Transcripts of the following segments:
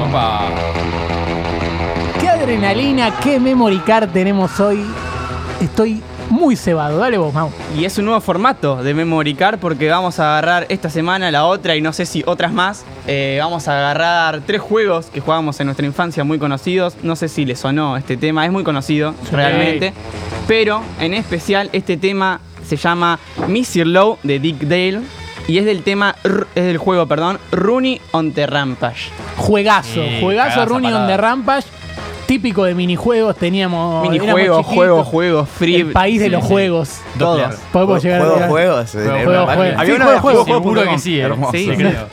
Opa. ¿Qué adrenalina, qué memory card tenemos hoy? Estoy muy cebado. Dale vos, Mau. Y es un nuevo formato de Memory Card porque vamos a agarrar esta semana, la otra y no sé si otras más. Eh, vamos a agarrar tres juegos que jugábamos en nuestra infancia muy conocidos. No sé si les sonó este tema, es muy conocido Sí. realmente. Pero en especial este tema se llama Missy Low de Dick Dale. Y es del tema, R- es del juego, perdón, Rooney on the Rampage. Juegazo, Sí, juegazo cagazo Rooney on patadas. the Rampage. Típico de minijuegos, teníamos. éramos Minijuegos, chiquitos. juegos, juegos, free. El país de Sí, los sí. juegos. Todos. Doppler. Podemos llegar a juegos, llegar- juegos. en Juegos, Europa. juegos. Había Sí, una juegos, juegos. Seguro que sí, ¿eh? Hermoso. Sí. Te creo.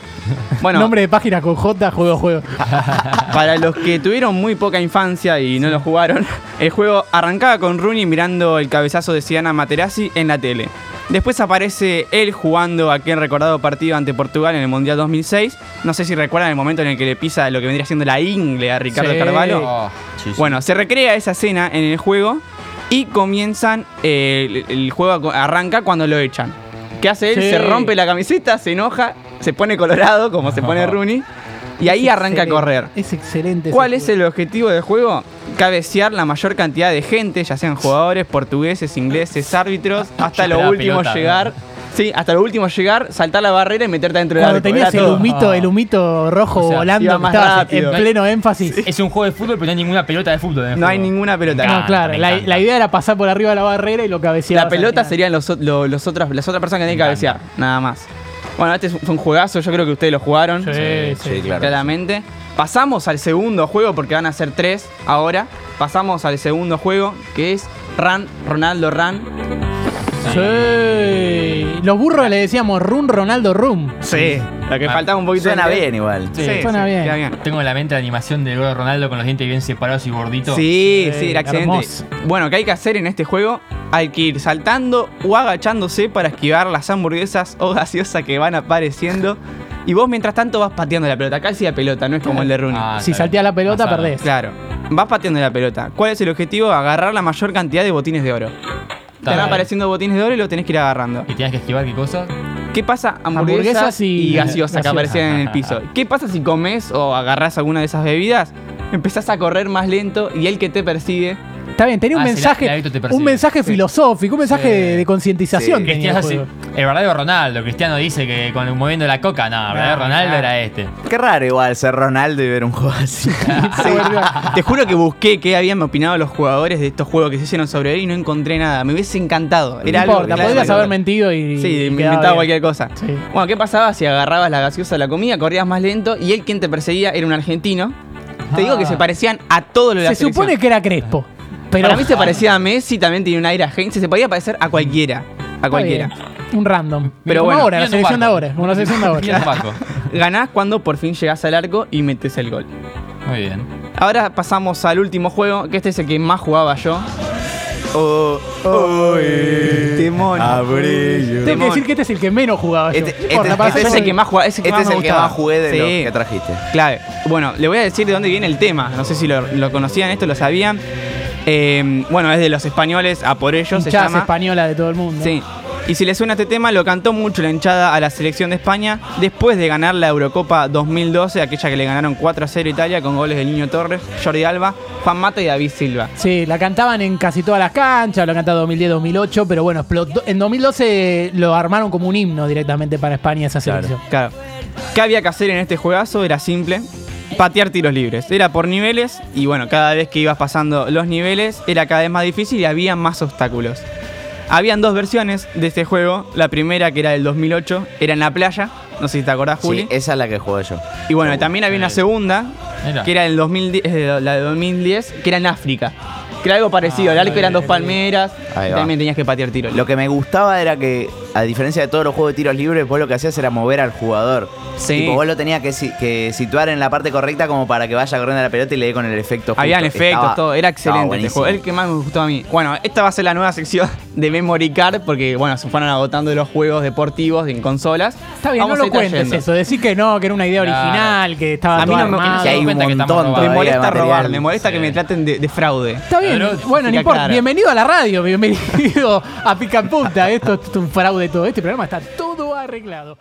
Bueno, Nombre de página con J, juego, juego. Para los que tuvieron muy poca infancia y no lo jugaron, el juego arrancaba con Rooney mirando el cabezazo de Siana Materazzi en la tele. Después aparece él jugando aquel recordado partido ante Portugal en el Mundial 2006. No sé si recuerdan el momento en el que le pisa lo que vendría siendo la ingle a Ricardo Sí. Carvalho. Ah. Oh, Bueno, se recrea esa escena en el juego y comienzan. eh, el, el juego aco- arranca cuando lo echan. ¿Qué hace él? Sí. Se rompe la camiseta, se enoja, se pone colorado, como se pone Rooney, y ahí arranca a Excelente. correr. Es excelente. ese ¿Cuál es juego. el objetivo del juego? Cabecear la mayor cantidad de gente, ya sean jugadores, portugueses, ingleses, árbitros, hasta lo Esperaba último pelota, ¿no? llegar. Sí, hasta lo último llegar, saltar la barrera y meterte dentro del Cuando arco. tenías Era el todo. humito, el humito rojo O sea, volando iba que más estabas en- en rápido. pleno énfasis. Es un juego de fútbol, pero no hay ninguna pelota de fútbol. en el No hay juego. ninguna pelota. encanta, no, claro, me la, encanta. la idea era pasar por arriba de la barrera y lo cabeceabas. La al pelota final. serían los, ot- lo- los otras, las otras personas que tienen que Me cabecear, nada más. Bueno, este es un- fue un juegazo, yo creo que ustedes lo jugaron. Sí, sí. Sí, claro. Claramente. Pasamos al segundo juego, porque van a ser tres ahora. Pasamos al segundo juego, que es Ran, Ronaldo Ran. Sí. Los burros le decíamos Run Ronaldo Rum. Sí. Lo que Ah, faltaba un poquito Suena antes. bien igual. Sí, Suena bien. queda bien. Tengo en la mente la animación de Goro Ronaldo con los dientes bien separados y gordito. Sí, Sí, sí, era excelente. hermoso. Bueno, ¿qué hay que hacer en este juego? Hay que ir saltando o agachándose para esquivar las hamburguesas o gaseosas que van apareciendo. Y vos mientras tanto vas pateando la pelota. Acá sí la pelota, no es como el de Rooney. Ah, Si está salteas la bien. pelota, Pasado. perdés. Claro. Vas pateando la pelota. ¿Cuál es el objetivo? Agarrar la mayor cantidad de botines de oro. Te van bien. apareciendo botines de oro y los tenés que ir agarrando. ¿Y tenías que esquivar qué cosa? ¿Qué pasa? Hamburguesas, Hamburguesas y- y, gaseosas que gaseosas. aparecían en el piso. ¿Qué pasa si comes o agarrás alguna de esas bebidas? Empezás a correr más lento y el que te persigue Está bien, tenía un Ah, sí, la- mensaje, la Vito te persigue. un mensaje Sí. filosófico, un mensaje Sí. de, de concientización. Sí. tenía Cristiano el hace- juego. El verdadero Ronaldo. Cristiano dice que con, moviendo la coca, no, el verdadero No, Ronaldo no. era este. Qué raro igual ser Ronaldo y ver un juego así. Sí. Te juro que busqué qué habían opinado los jugadores de estos juegos que se hicieron sobre él y no encontré nada. Me hubiese encantado. No Era algo importa, que- podrías haber mentido y. Sí, y me quedaba inventaba bien. cualquier cosa. Sí. Bueno, ¿qué pasaba si agarrabas la gaseosa de la comida, corrías más lento y él quien te perseguía era un argentino? Te digo que se parecían a todos los de la Ah. Se supone que era Crespo. Pero Para mí se parecía a Messi, también tenía un aire agencia. Se podía parecer a cualquiera. A Está bien, cualquiera. Un random. Pero Como bueno, ahora, la mirando selección de Paco. ahora. Como la selección de Mira ahora. el Paco. Ganás cuando por fin llegás al arco y metes el gol. Muy bien. Ahora pasamos al último juego, que este es el que más jugaba yo. Oh, oh, eh, Timón. Abrillo. Tengo que decir que este es el que menos jugaba yo. Este- No importa, este- para Este es hacerlo el que bien. más jugaba. Ese que Este más es me el que gustaba. más jugué de los Sí. que trajiste. Clave. Bueno, le voy a decir de dónde viene el tema. No sé si lo, lo conocían esto, lo sabían. Eh, bueno, es de los españoles, a por ellos se Hinchada llama. española de todo el mundo. Sí. Y si les suena este tema, lo cantó mucho la hinchada a la selección de España después de ganar la Eurocopa 2012, aquella que le ganaron 4 a 0 a Italia con goles del Niño Torres, Jordi Alba, Juan Mata y David Silva. Sí, la cantaban en casi todas las canchas, lo cantaba 2010-2008, pero bueno, explotó. En 2012 lo armaron como un himno directamente para España esa Claro. selección. Claro. ¿Qué había que hacer en este juegazo? Era simple. Patear tiros libres. Era por niveles y bueno, cada vez que ibas pasando los niveles era cada vez más difícil y había más obstáculos. Habían dos versiones de este juego. La primera, que era del 2008, era en la playa. No sé si te acordás, Juli. Sí, esa es la que jugué yo. y bueno, también había una segunda, Mira. que era del 2010, eh, la de 2010, que era en África. Que era algo parecido. Ah, el arco eran dos palmeras. Ahí Y va. también tenías que patear tiros Lo que me gustaba era que, a diferencia de todos los juegos de tiros libres, vos lo que hacías era mover al jugador. Sí. Tipo, vos lo tenías que, si- que situar en la parte correcta como para que vaya corriendo a la pelota y le dé con el efecto justo. Habían efectos, Estaba- todo. Era estaba excelente este buenísimo. juego. El que más me gustó a mí. Bueno, esta va a ser la nueva sección de Memory Card, porque bueno, se fueron agotando los juegos deportivos en consolas. Está bien, Vamos no lo a ir cuentes trayendo. eso. Decir que no, que era una idea Claro. original, que estaba A mí todo no me- armado. Que hay un cuenta que montón estamos todavía Me de molesta material. robar, me molesta que Sí. me traten de, de fraude. Está bien, Claro, bueno, no chica importa. clara. Bienvenido a la radio, bienvenido a Pica Punta. Esto es un fraude todo. Este programa está todo arreglado.